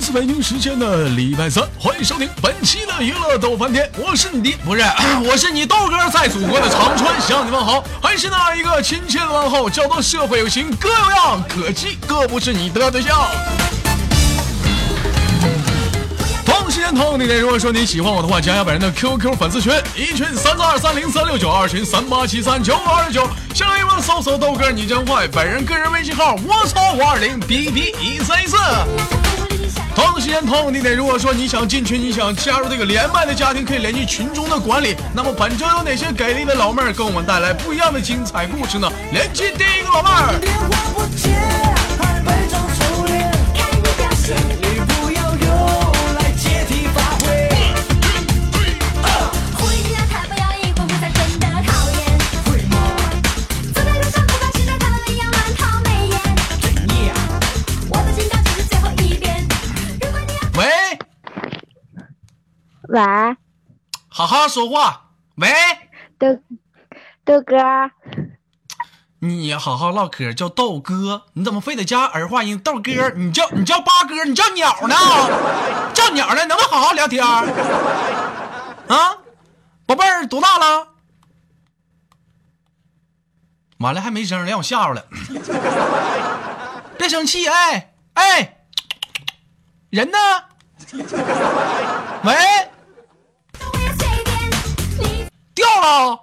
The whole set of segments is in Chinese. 自北京时间的礼拜三，欢迎收听本期的娱乐逗翻天，我是你的不 是，我是你豆哥，在祖国的长春向你问好，还是那一个亲切的问候，叫做社会有情哥有样，可惜哥不是你的对象。同时间同样地点，如果说你喜欢我的话，加一下本人的 QQ 粉丝群，一群三四二三零三六九，二群三八七三九五二九。新浪微博搜索豆哥你真坏，本人个人微信号我操五二零 B B 一三一四。同样的时间，同样地点。如果说你想进群，你想加入这个连麦的家庭，可以联系群中的管理。那么本周有哪些给力的老妹儿给我们带来不一样的精彩故事呢？连接第一个老妹儿。电话不接，还伪装熟练，看你表现。你不要用来借题发挥。狐狸精的他不要一会不才真的讨厌。会吗？走在路上不管是在他们一样乱靠眉眼。怎样？我的警告只是最后一遍。如果你要喂，喂，好好说话。喂，豆豆哥，你好好唠嗑，叫豆哥，你怎么非得加儿化音？豆哥，你叫你叫八哥，你叫鸟呢？叫鸟呢？能不能好好聊天儿？啊，宝贝儿多大了？完了还没声儿，让我吓着了。别生气，哎哎，人呢？喂，我也随便，你掉了！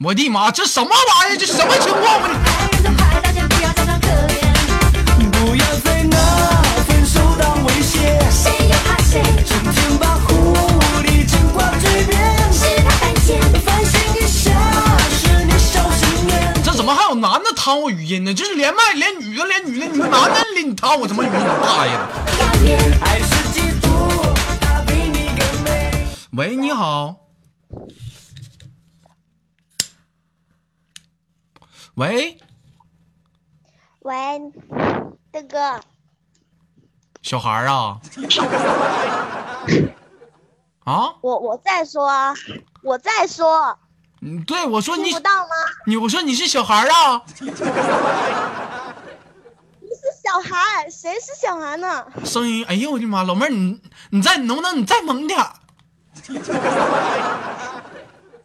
我的妈，这什么玩意儿？这什么情况？我爱人就坏，大家不要假装可怜。不要再拿分手当威胁，谁又怕谁？整天把狐狸精挂嘴边。是他犯贱。反省一下，是你小心眼。这怎么还有男的贪我语音呢？就是连麦连女的连女的，你们男的连你贪我什么语音？你大爷的！要脸。爱是嫉妒，它比你更美。喂，你好。喂，喂，豆哥，小孩儿啊？啊，我我在说啊，我在说，嗯，对，我说你听不到吗？你，我说你是小孩儿啊？你是小孩，谁是小孩呢？ 声音，哎呦我的妈，老妹儿，你你再能不能你再猛点儿？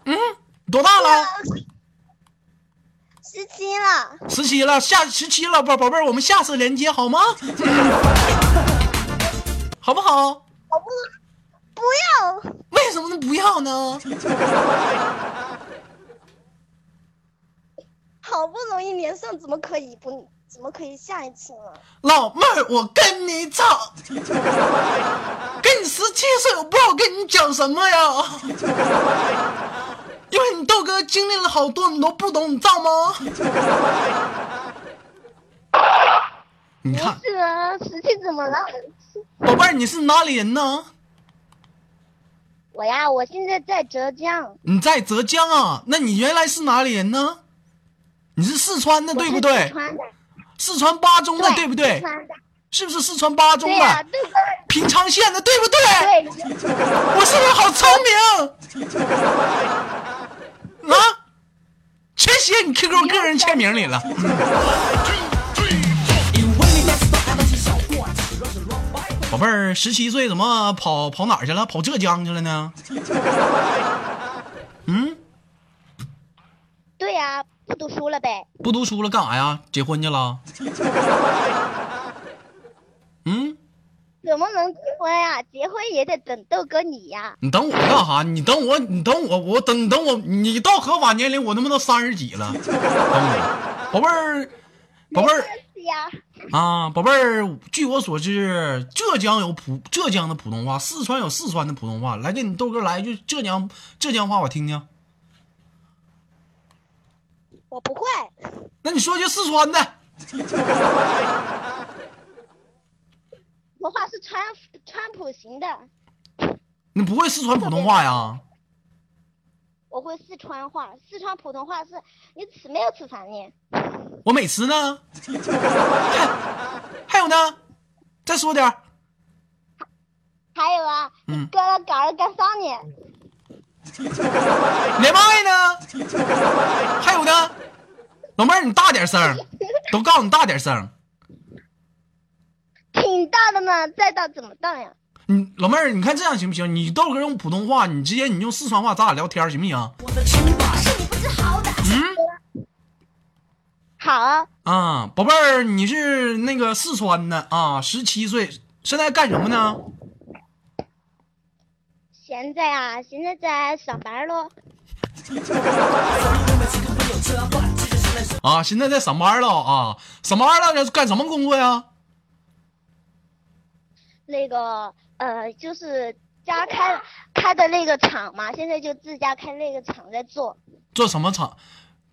嗯，多大了？十七了，十七了，下十七了，宝宝贝儿，我们下次连接好吗？ 好不好？我不不要，为什么能不要呢？好不容易连上，怎么可以不？怎么可以下一期呢？老妹儿，我跟你吵，跟你十七岁，我不知道跟你讲什么呀，因为你豆哥经历了好多，你都不懂，你知道吗？你看，是啊，十七怎么了？宝贝儿，你是哪里人呢？我呀，我现在在浙江，你在浙江啊？那你原来是哪里人呢？你是四川的，对不对？川的，四川巴中的，对不对？川的，是不是四川巴中对呀，的？豆哥，平昌县的，对不对？对，我是不是好聪明？ 啊，全写你 QQ 个人签名里了。 宝贝儿，十七岁怎么跑跑哪儿去了？跑浙江去了呢？嗯，对呀，不读书了呗？不读书了干啥呀？结婚去了？ 嗯，怎么能结婚呀、结婚也得等豆哥你呀、你等我干啥？你等我，你等我，我等你等我，你到合法年龄，我他妈都三十几了。 等我，宝贝儿，宝贝儿。是呀，啊，宝贝儿，据我所知，浙江有普浙江的普通话，四川有四川的普通话。来，给你豆哥来一句浙江浙江话，我听听。我不会，那你说句四川的，我话是川川普型的，你不会四川普通话呀？我会四川话，四川普通话是你吃没有吃饭呢？我美食呢？ 还还有呢？再说点儿还有啊，嗯你哥搞了干啥呢？ 连麦呢？还有呢？老妹儿，你大点声儿，都告诉你大点声儿。挺大大了呢，再大怎么当呀？你老妹儿，你看这样行不行？你豆哥用普通话，你直接你用四川话，咱俩聊天行不嗯行？是你不知好歹。好，啊，宝贝儿，你是那个四川的啊，十七岁，现在干什么呢？现在啊，现在在上班喽。啊，现在在上班了啊，上班了干什么工作呀？那个呃，就是家开开的那个厂嘛，现在就自家开那个厂在做，做什么厂？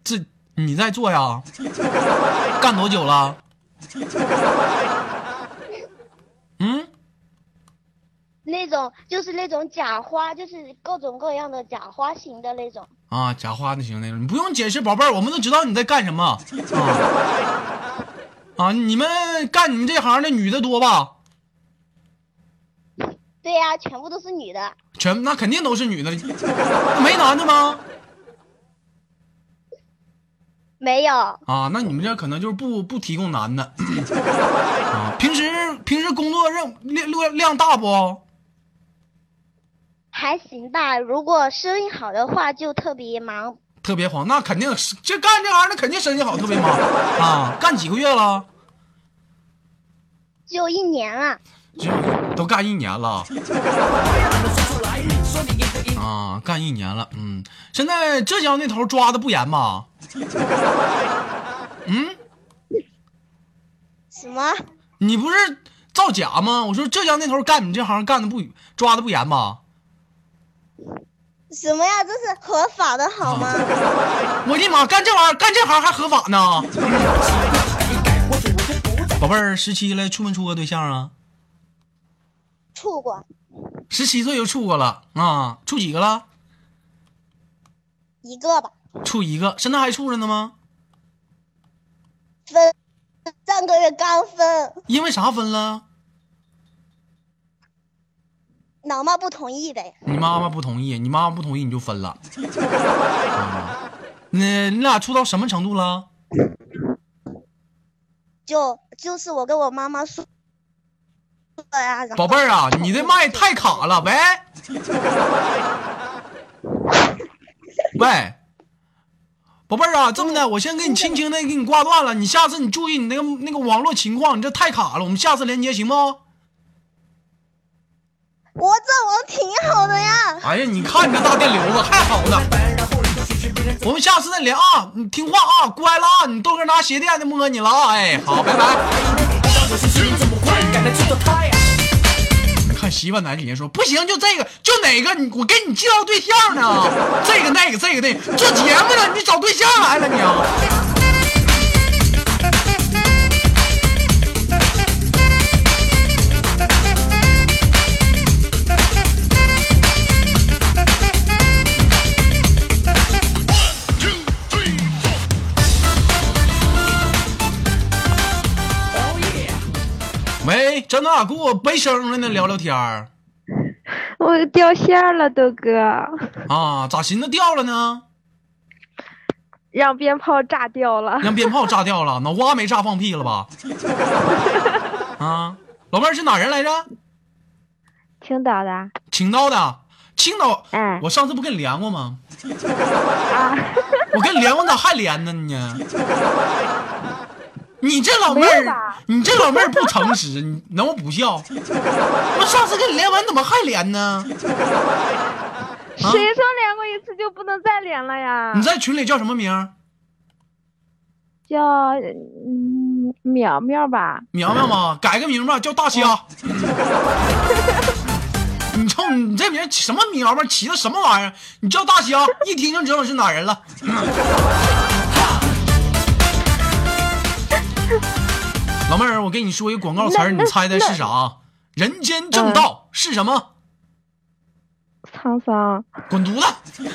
这你在做呀？干多久了？ 嗯，那种就是那种假花，就是各种各样的假花型的那种。啊，假花的行那种，你不用解释，宝贝儿，我们都知道你在干什么啊。啊，你们干你们这行的女的多吧？对呀、全部都是女的。全那肯定都是女的，那没男的吗？没有，啊，那你们这可能就是不不提供男的啊。平时平时工作任量量量大不？还行吧。如果生意好的话，就特别忙。特别黄，那肯定是这干这行的肯定身体好，特别忙啊。干几个月了？只有一年了，这都干一年了啊，干一年了。嗯，现在浙江那头抓的不严吧？嗯，什么？你不是造假吗？我说浙江那头干你这行干的不抓的不严吧？什么呀？这是合法的好吗？我的妈，干这玩意儿，干这行还合法呢！ 宝贝儿，十七了，处没处过对象啊？处过十七岁就处过了啊？处几个了？一个吧，处一个，现在还处着呢吗？分上个月刚分，因为啥分了？老妈不同意的呀。你妈妈不同意，你妈妈不同意你就分了。啊那你俩处到什么程度了？就就是我跟我妈妈说的呀、然后宝贝儿啊，你的麦太卡了，喂，喂，宝贝儿啊，这么的，我先给你轻轻的给你挂断了，你下次你注意你那个那个网络情况，你这太卡了，我们下次连接行不？我这网挺好的呀，哎呀，你看你这大电流子，还好呢。我们下次再连啊，你听话啊，乖了啊，你豆哥拿鞋垫的摸你了啊，哎，好，拜拜。你看洗碗男姐姐说不行，就这个，就哪个，你我给你介绍对象呢，这个那个这个那个，做节目呢，你找对象来了你啊。喂，张大给我背声了呢，聊聊天儿我掉线了，豆哥，啊，咋寻思掉了呢？让鞭炮炸掉了。让鞭炮炸掉了，脑瓜没炸放屁了吧？啊，老妹儿是哪人来着？青岛的，青岛的，青岛。哎我上次不跟你连过吗？啊，我跟你连过，咋还连呢你？你这老妹没儿有吧，你这老妹儿不诚实，你能不不笑？我上次跟你连完，怎么还连呢？谁说连过一次就不能再连了呀？你在群里叫什么名儿？叫嗯淼淼吧？苗苗吗？嗯改个名吧，叫大虾。哦 你瞅你这名起什么苗吧，起的什么玩意儿？你叫大 虾，一听就知道你是哪人了。 老妹儿，我跟你说一个广告词儿，那嗯你猜猜是啥啊？人间正道是什么？沧桑，滚犊子！人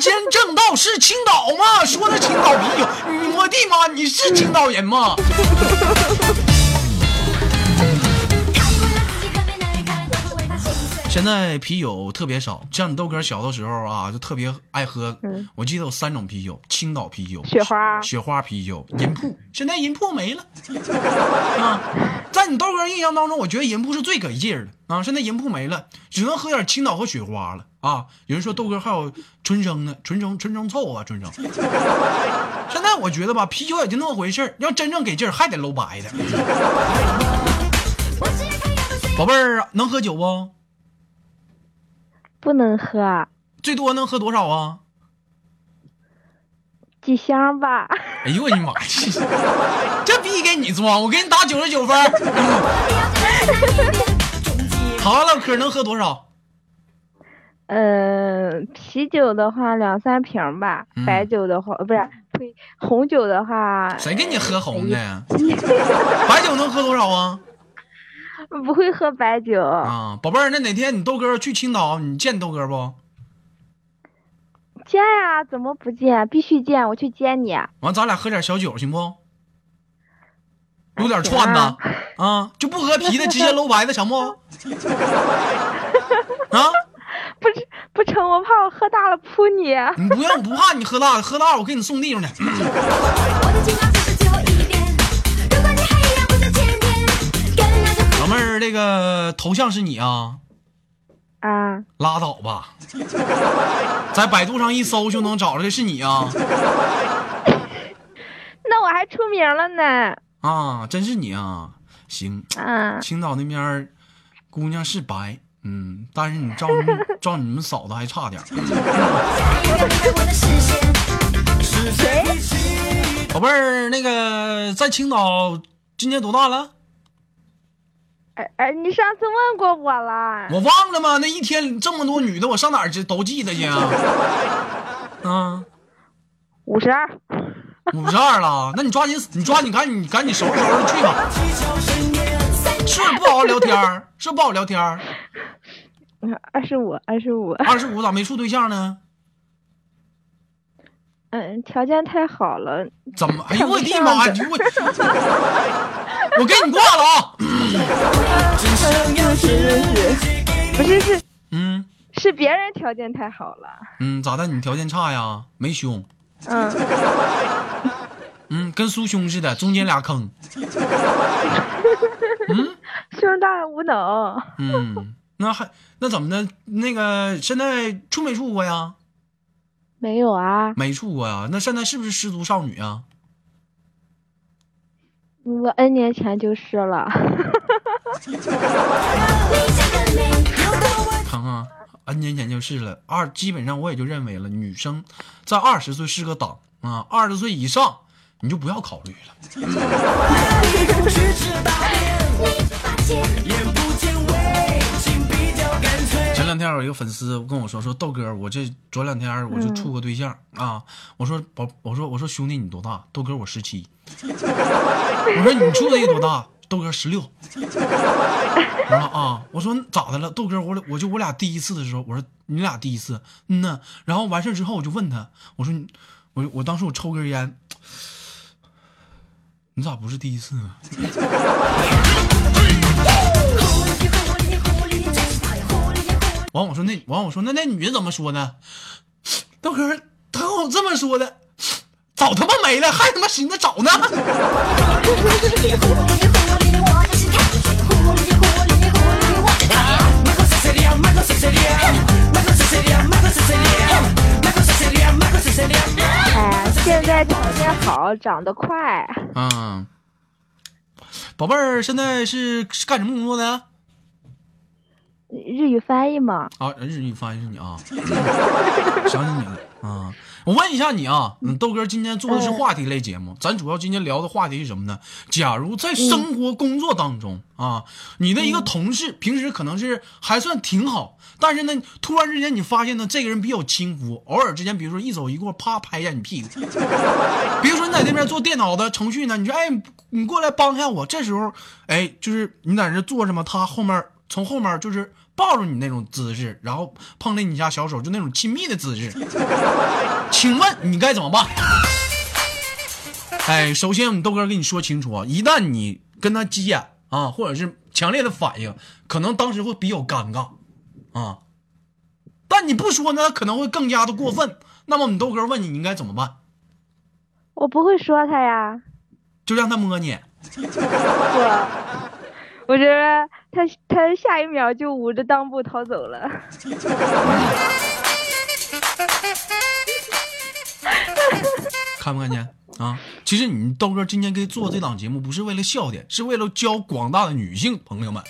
间正道是青岛吗？说的青岛啤酒，你我的妈，你是青岛人吗？看不惯自己特别难看，我会为他心碎。现在啤酒特别少，像你豆哥小的时候啊，就特别爱喝。嗯我记得有三种啤酒：青岛啤酒、雪花雪花啤酒、银铺。现在银铺没了 啊！在你豆哥印象当中，我觉得银铺是最给劲儿的啊！现在银铺没了，只能喝点青岛和雪花了啊！有人说豆哥还有纯生呢，纯生纯生臭啊，纯生。 现在我觉得吧，啤酒也就那么回事儿，要真正给劲儿还得搂白的。宝贝儿，啊能喝酒不？不能喝，最多能喝多少啊？几箱吧。哎呦我的妈！这逼给你装，我给你打九十九分儿。好唠嗑能喝多少？嗯，啤酒的话两三瓶吧，嗯白酒的话呃不是，呸，红酒的话谁给你喝红的呀？白酒能喝多少啊？不会喝白酒，啊，宝贝儿，那哪天你豆哥去青岛，你见你豆哥不？见呀、怎么不见？必须见，我去接你。啊完，咱俩喝点小酒行不？撸点行串子啊啊，就不喝啤的，直接搂白的，行不？啊，不是不成，我怕我喝大了扑你。啊你不用，不怕你喝大，喝大了我给你送地方去。 老妹儿，这个头像是你啊？嗯啊，拉倒吧，在百度上一搜就能找着的是你啊那我还出名了呢。啊，真是你啊！行，啊，青岛那边儿姑娘是白，嗯，但是你照你照你们嫂子还差点儿。是谁一起宝贝儿，那个在青岛今年多大了？哎哎，你上次问过我了。我忘了吗？那一天这么多女的，我上哪儿去都记得去啊？啊，五十二，五十二了，啊那你抓紧，你抓紧，赶紧赶紧收拾收拾去吧。七窍生烟？是不是不好好聊天儿？是不是不好聊天儿？二十五，二十五。二十五咋没处对象呢？嗯，条件太好了。怎么？哎呦我的妈！你我我给你挂了啊！只想要自己给你不是是嗯是别人条件太好了。嗯，咋的？你条件差呀？没胸？嗯，嗯，跟苏兄似的，中间俩坑。胸大无脑。嗯，那还那怎么的？那个现在处没处过呀？没有啊，没处过呀？那现在是不是失足少女啊？我 N 年前就是了。看看，N 年前就是了。二基本上我也就认为了，女生在二十岁是个档啊，二十岁以上你就不要考虑了。去吃大便，眼不见为情，比较干脆。前两天有一个粉丝跟我说说豆哥，我这昨两天我就处个对象、啊，我说宝，我说我说兄弟你多大？豆哥我十七。我说你处的也多大？豆哥十六。我说啊，我说咋的了？豆哥，我俩我就我俩第一次的时候，我说你俩第一次，嗯呐。然后完事儿之后，我就问他，我说你我我当时我抽根烟，你咋不是第一次呢？完我说那完我说那那女的怎么说呢？豆哥，他跟我这么说的，早他妈没了，还他妈寻思找呢。 Marco Cecilia, Marco Cecilia, Marco Cecilia, Marco Cecilia, Marco Cecilia, Marco Cecilia. 哎，现在条件好，长得快，啊，宝贝儿，现在是是干什么工作的？日语翻译嘛。啊，日语翻译是你啊， 想起你了啊！我问一下你啊，嗯，豆哥今天做的是话题类节目，咱主要今天聊的话题是什么呢？假如在生活工作当中、啊，你的一个同事平时可能是还算挺好，但是呢，突然之间你发现呢，这个人比较轻浮，偶尔之间，比如说一走一过，啪拍一下你屁股。比如说你在那边做电脑的程序呢，你说哎，你你过来帮一下我。这时候，哎，就是你在这坐着嘛，他后面从后面就是抱住你那种姿势，然后碰了你一下小手，就那种亲密的姿势。 请问你该怎么办？哎，首先我们豆哥跟你说清楚啊，一旦你跟他急眼啊，或者是强烈的反应，可能当时会比较尴尬啊。但你不说呢，可能会更加的过分。那么我们豆哥问你，你应该怎么办？我不会说他呀，就让他摸你。我觉得他他下一秒就捂着裆部逃走了。看不看见啊？其实你豆哥今天给做这档节目，不是为了笑点，是为了教广大的女性朋友们。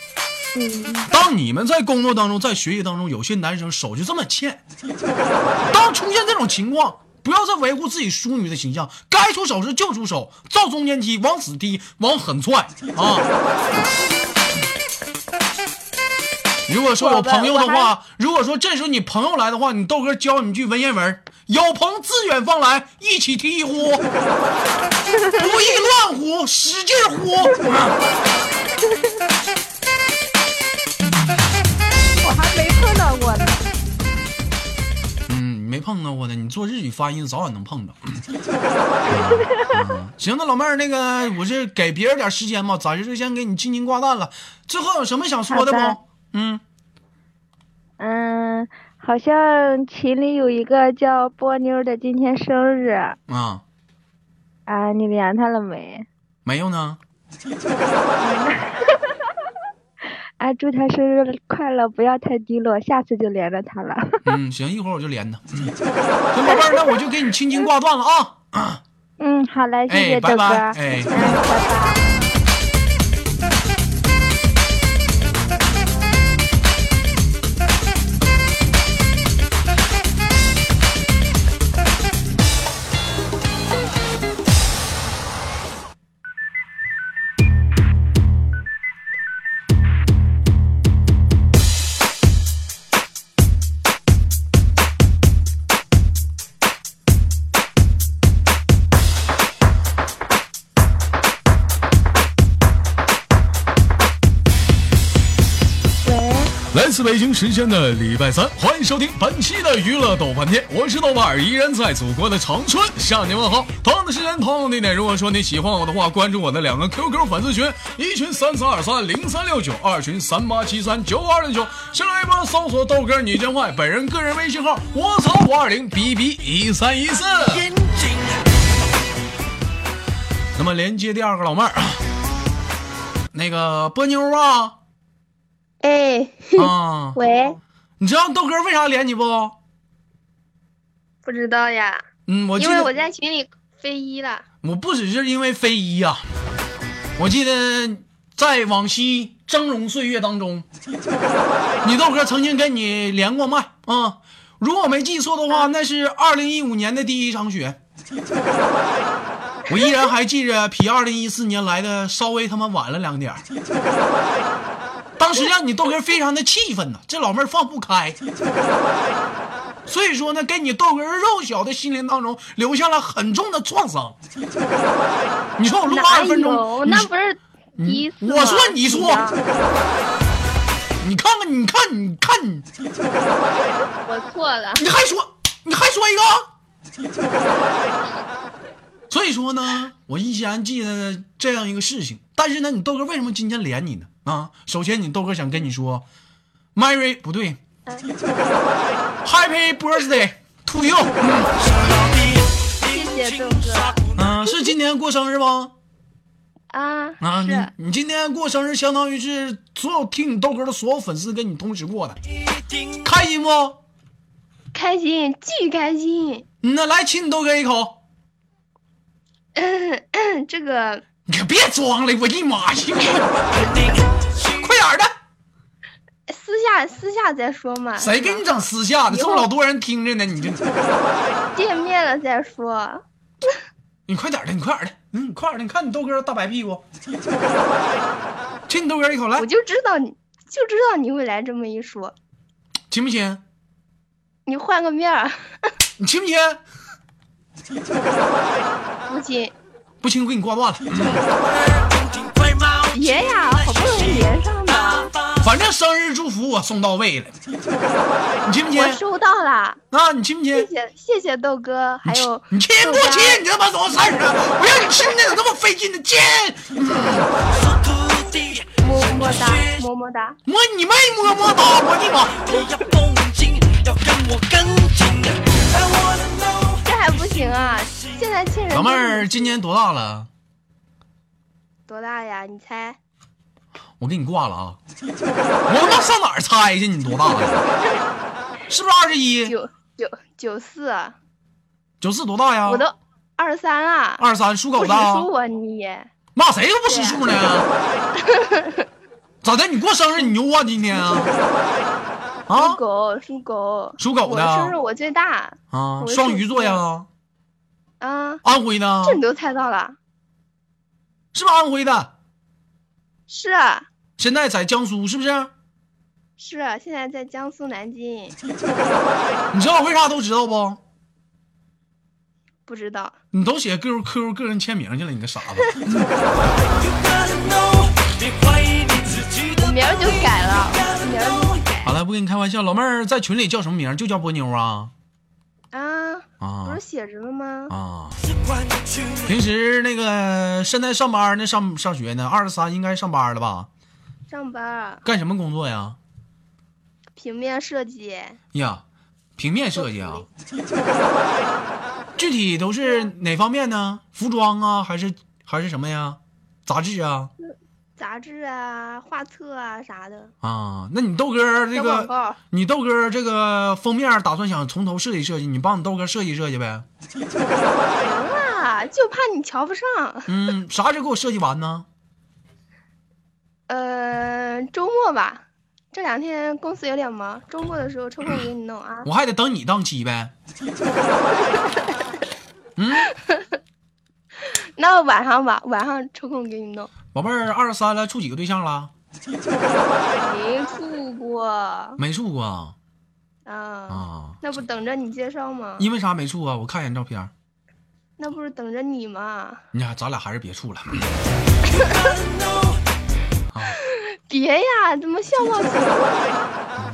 当你们在工作当中、在学习当中，有些男生手就这么欠，当出现这种情况，不要再维护自己淑女的形象，该出手时就出手，照中间踢，往死踢，往狠踹啊！如果说有朋友的我话，如果说这时候你朋友来的话，你豆哥教你句文言文儿：有朋自远方来，一起踢一呼，不亦乱乎，使劲儿呼。我还没碰到过呢。嗯，没碰到过的，你做日语发音早晚能碰着。嗯行，那老妹儿，那个我是给别人点时间嘛，暂时先给你进行挂断了。最后有什么想说的好的不？嗯，嗯，好像群里有一个叫波妞的，今天生日啊，啊，你连他了没？没有呢。啊，祝他生日快乐，不要太低落，下次就连着他了。 嗯，行，一会儿我就连他。嗯，行，宝贝儿，那我就给你轻轻挂断了啊。嗯，好嘞，谢哎谢豆拜哥。拜哎嗯，拜拜。来自北京时间的礼拜三，欢迎收听本期的娱乐逗翻天，我是豆瓣儿，依然在祖国的长春向您问好。同样的时间，同样的地点，如果说你喜欢我的话，关注我的两个 QQ 粉丝群，一群三三二三零三六九，二群三八七三九二六九。新浪微博搜索豆哥你真坏，本人个人微信号我操五二零 B B 一三一四。那么连接第二个老妹儿，那个波妞啊哎，啊。喂，你知道豆哥为啥连你不？不知道呀，嗯，我记因为得我在群里飞一了。我不只是因为啊非遗呀、我记得在往昔峥嵘岁月当 中，你豆哥曾经跟你连过麦啊、如果我没记错的啊话，那是二零一五年的第一场雪。我依然还记着，比二零一四年来的稍微他妈晚了两点儿。当时让你豆哥非常的气愤呐、这老妹儿放不开。所以说呢，给你豆哥肉小的心灵当中留下了很重的创伤。你说我录二哪十分有？钟，哎那你不是第一次吗我说你说，你看看，你看，你看你，我错了。你还说，你还说一个。 所以说呢，我依然记得这样一个事情。但是呢，你豆哥为什么今天连你呢？啊，首先你豆哥想跟你说，Merry 不对、h a p p y Birthday to you。谢谢豆 哥嗯、是今天过生日吗？啊，啊，你是你今天过生日，相当于是所有听你豆哥的所有粉丝跟你同时过的，开心不？开心，巨开心。嗯那来亲你豆哥一口，这个你可别装了，我一妈呀！ 快点儿的，私下私下再说嘛，谁给你整私下的？这么老多人听着呢，你这，见面了再说。你快点儿的，你快点儿的，嗯，你快点儿的，你看你豆哥大白屁股， 亲你豆哥一口来我，就知道你，就知道你会来这么一说。亲不亲？你换个面儿，你亲不亲？ 不亲。不亲，我给你挂断了。别呀，好不容易连上的，反正生日祝福我送到位了，你亲不亲我？收到了，啊，你亲不亲？谢谢谢谢豆哥，还有你亲不亲？你他妈什么事儿啊？我让你亲的，怎么这么费劲呢？亲！我么哒，么么哒。摸你妹，摸摸哒，我的妈！你要绷紧，要跟我跟紧。I wanna know 这还不行啊！现在亲人老妹儿今年多大了？多大呀？你猜？我给你挂了啊！我他妈上哪儿猜去？你多大呀？是不是二十一？九九九四，啊九四多大呀？我都二十三了，二十三，属狗不的许啊。说我你也那谁又不识数呢？咋的？你过生日你牛啊今天啊？啊属狗，属狗，属狗的我生日我最大啊！我是双鱼座呀，啊！安徽的，这你都猜到了？是不是安徽的？是啊现在在江苏是不是？是啊，现在在江苏南京，你知道我为啥都知道不？不知道你都写 QQ QQ 个人签名去了，你个傻子！ you gotta know，别怀疑你自己的我能力明儿就改了 You gotta know，好了，不跟你开玩笑，老妹儿在群里叫什么名儿？就叫波妞啊啊！不啊是写着呢吗？啊！只管你去哪平时那个现在上班呢，上上学呢，二十三应该上班了吧？上班儿，干什么工作呀？平面设计，呀，平面设计啊，具体都是哪方面呢？服装啊，还是还是什么呀？杂志啊杂志啊、画册啊啥的，啊？那你豆哥儿这小广个，告。你豆哥儿这个封面打算想从头设计设计，你帮你豆哥设计设计呗。行啦，啊就怕你瞧不上。嗯，啥时候给我设计完呢？呃，周末吧，这两天公司有点忙，周末的时候抽空给你弄啊。 我还得等你档期呗。那晚上吧，晚上抽空给你弄。宝贝儿，二十三了，处几个对象了？没处过，没处过啊啊，啊？那不等着你介绍吗？因为啥没处啊？我看一眼照片儿，那不是等着你吗？你看咱俩还是别处了。别呀，怎么相貌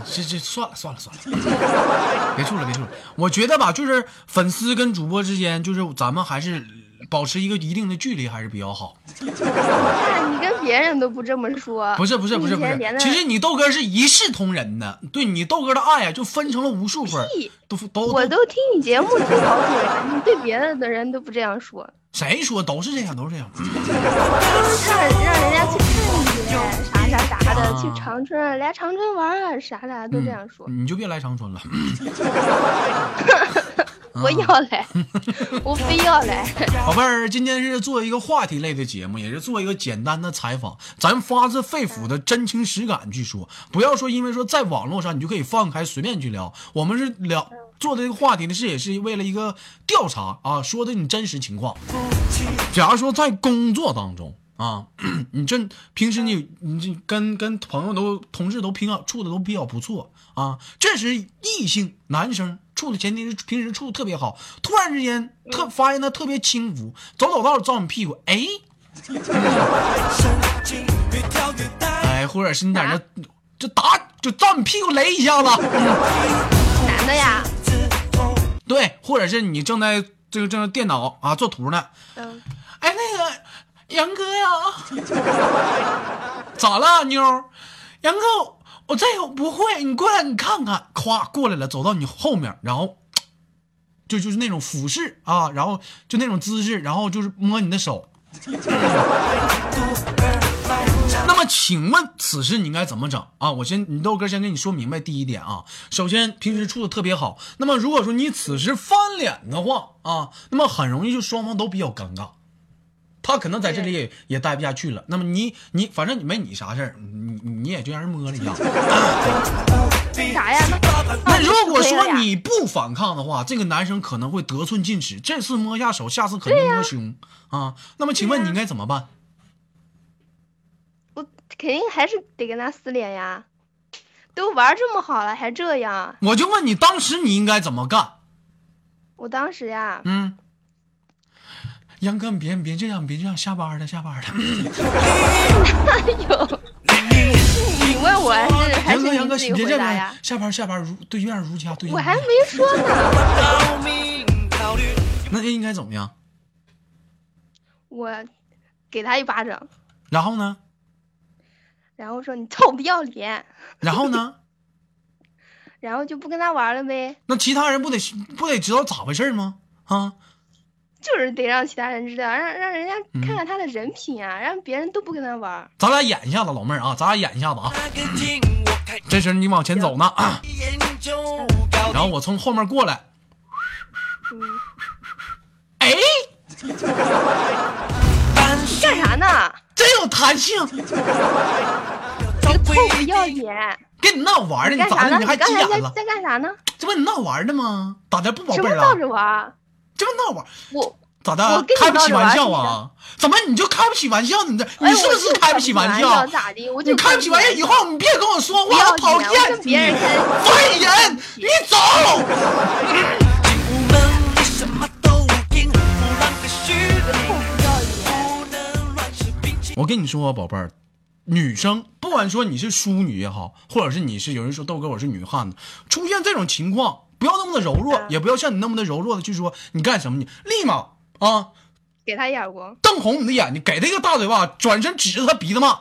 协这这算了算了算了，别处了别处了。我觉得吧，就是粉丝跟主播之间，就是咱们还是保持一个一定的距离还是比较好。会？啊你跟别人都不这么说。不是不是不是啊你不以前是连，其那实你豆哥是一视同仁的，对你豆哥的爱呀、啊就分成了无数份儿，屁都都我都都听你节目听好久了，你对别的的人都不这样说，谁说都是这样都是这样。哎让让人家去看你啥啥啥的，啊去长春来长春玩啊啥啥都这样说。嗯你就别来长春了。 啊我要来，我非要 来。宝贝儿，今天是做一个话题类的节目，也是做一个简单的采访，咱发自肺腑的真情实感去说，不要说因为说在网络上你就可以放开随便去聊，我们是聊做的这个话题呢是也是为了一个调查啊，说的你真实情况。假如说在工作当中啊，你这平时你你这跟跟朋友都同事都平好处的都比较不错啊，这时异性男生处的前提是平时处的特别好，突然之间特发现他特别轻浮，走走道照你屁股，哎神经，越跳越大。哎，或者是你在那就打就照你屁股雷一下子，男的呀，对，或者是你正在这个正在电脑啊做图呢，嗯，哎，那个杨哥呀， 咋了妞儿？杨哥，我我这个不会，你过来你看看，夸过来了，走到你后面，然后就就是那种俯视啊，然后就那种姿势，然后就是摸你的手。那么，请问此事你应该怎么整啊？我先，你豆哥先跟你说明白第一点啊。首先，平时处的特别好，那么如果说你此时翻脸的话啊，那么很容易就双方都比较尴尬。他可能在这里也也待不下去了。那么你你反正你没你啥事儿，你你你也就让人摸了一下。啥呀？那如果吃亏了说呀你不反抗的话，这个男生可能会得寸进尺，这次摸下手，下次可能摸胸啊。那么请问你应该怎么办？我肯定还是得跟他撕脸呀。都玩这么好了，还这样？我就问你，当时你应该怎么干？我当时呀，嗯，杨哥，你别别这样，别这样，下班了，下班 了。哎呦，你问我还是还杨是哥，杨你哥，自你己别回这答样呀，？下班下班如对面如家，对我面还如没家。说呢，高明考虑，那应该怎么样？我给他一巴掌，然后呢？然后说你臭不要脸，然后呢？然后就不跟他玩了呗，那其他人不得不得知道咋回事吗？啊，就是得让其他人知道，让让人家嗯看看他的人品啊，让别人都不跟他玩儿。咱俩演一下子，老妹儿啊，咱俩演一下子啊。那个劲，我看这时你往前走呢， 啊一眼就搞定然后我从后面过来，嗯哎，但是干啥呢？真有弹性，这个臭不要脸！跟你闹玩呢，干啥咋的？呢？你还你刚急才在眼了？在干啥呢？这不你闹玩呢吗？咋的？不宝什贝么儿闹啊？着玩儿？这不闹玩我咋我的跟？你开不起闹着玩玩儿笑是不啊？怎么你就开不起玩笑？你这哎你是我不是就开不不起玩玩笑？咋的？我你就开不起玩笑，以后你别跟我说不话，要我讨脸我厌跟别你人开烦人，你走。进屋门里什么都听，不让个虚的灵，不能乱吃冰淇淋。我跟你说、啊，宝贝儿，女生不管说你是淑女也好，或者是你是有人说豆哥我是女汉子，出现这种情况，不要那么的柔弱，也不要像你那么的柔弱的去说你干什么你，立马啊给他一耳光。瞪红你的眼睛，给他一个大嘴巴，转身指着他鼻子骂：“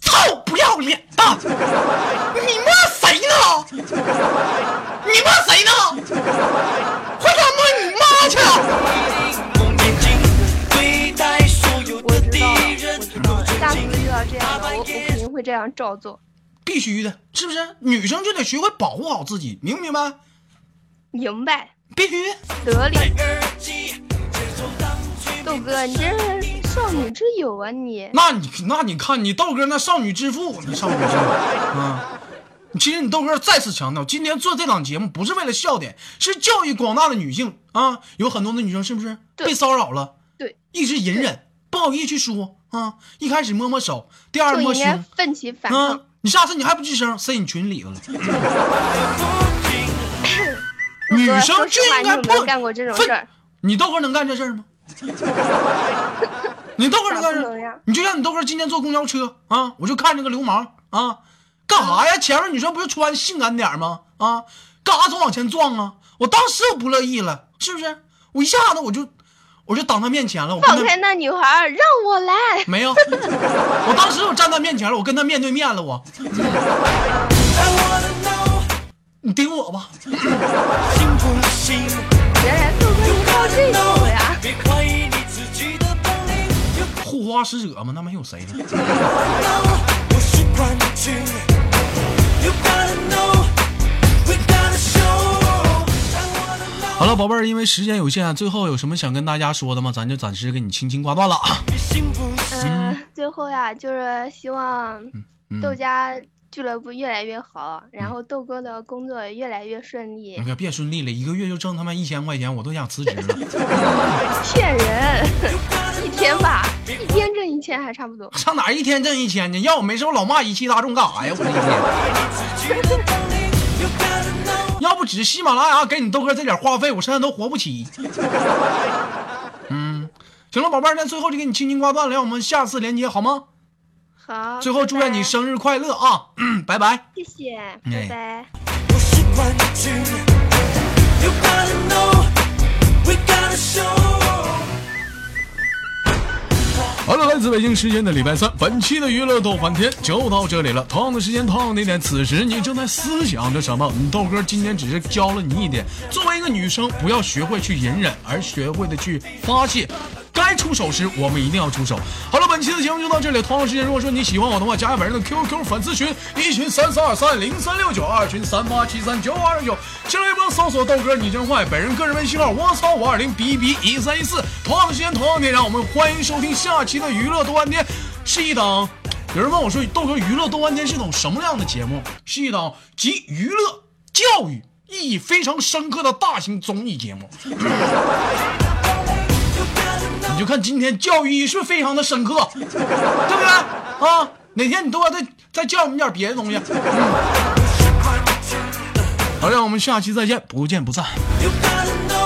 臭不要脸的，你骂谁呢？你骂谁呢？回家骂你妈去！”蒙眼睛对待所有我的知敌道了，人我知都道了，尊下次敬。遇到这样的，我我肯定会这样照做。必须的，是不是？女生就得学会保护好自己，明不明白？明白，必须的。得理。耳机，接受当局豆哥，你这是少女之友啊你！那你那你看你豆哥那少女之父，你少女之父啊！其实你豆哥再次强调，今天做这档节目不是为了笑点，是教育广大的女性啊！有很多的女生是不是对被骚扰了？对，一直隐忍，不好意思去说啊！一开始摸摸手，第二就摸应该胸奋起反啊抗。！你下次你还不吱声，塞你群 里头了。女哥，生说实就话，应你该有不没有干过这种分事儿？你豆哥能干这事儿吗？你豆哥能干咋不能这呀？你就像你豆哥今天坐公交车啊，我就看这个流氓啊，干啥嗯呀？前面女生不是穿性感点儿吗？啊，干啥总往前撞啊？我当时我不乐意了，是不是？我一下子我就我就挡他面前了，我跟放他开那女孩儿，让我来！没有，我当时我站他面前了，我跟他面对面了，我 I wanna know，你顶我吧，信不信？原来豆哥你到这一步呀！别怀疑你自己的本领。You 护花使者嘛，那没有谁了。 know，我是冠军。You gotta know，we gotta show。I wanna know，好了，宝贝儿，因为时间有限，啊最后有什么想跟大家说的吗？咱就暂时给你轻轻挂断了啊。你信不信？嗯，最后呀，就是希望嗯豆家俱乐部越来越好，然后豆哥的工作越来越顺利你。可别顺利了，一个月就挣他妈一千块钱，我都想辞职了。骗人，一天 吧，一天挣一千还差不多。上哪儿一天挣一千去？要我没事，我老骂一汽大众干啥呀？我这一天， You gotta know，要不只是喜马拉雅给你豆哥这点话费，我现在都活不起。嗯，行了，宝贝儿，那最后就给你轻轻挂断了，让我们下次连接好吗？好，最后祝愿你拜拜生日快乐啊！嗯，拜拜。谢谢，哎拜拜。我是冠军。You gotta know，we gotta show。好了，来自北京时间的礼拜三，本期的娱乐逗翻天就到这里了。同样的时间，同样的地点，此时你正在思想着什么？你豆哥今天只是教了你一点，作为一个女生，不要学会去隐忍，而学会的去发泄。该出手时，我们一定要出手。好了，本期的节目就到这里。同样的时间，如果说你喜欢我的话，加下本人的 QQ 粉丝群，一群三三二三零三六九，二群三八七三九二六九。新浪微博搜索豆哥你真坏，本人个人微信号我操五二零 b b 一三一四。同样的时间，同样的点，让我们欢迎收听下期的娱乐多半天，是一档。有人问我说，豆哥娱乐多半天是档什么样的节目？是一档集娱乐、教育意义非常深刻的大型综艺节目。 你就看今天教育意识非常的深刻，对不对啊？哪天你都要再再教我们点别的东西。嗯、好，让我们下期再见，不见不散。 You gotta know.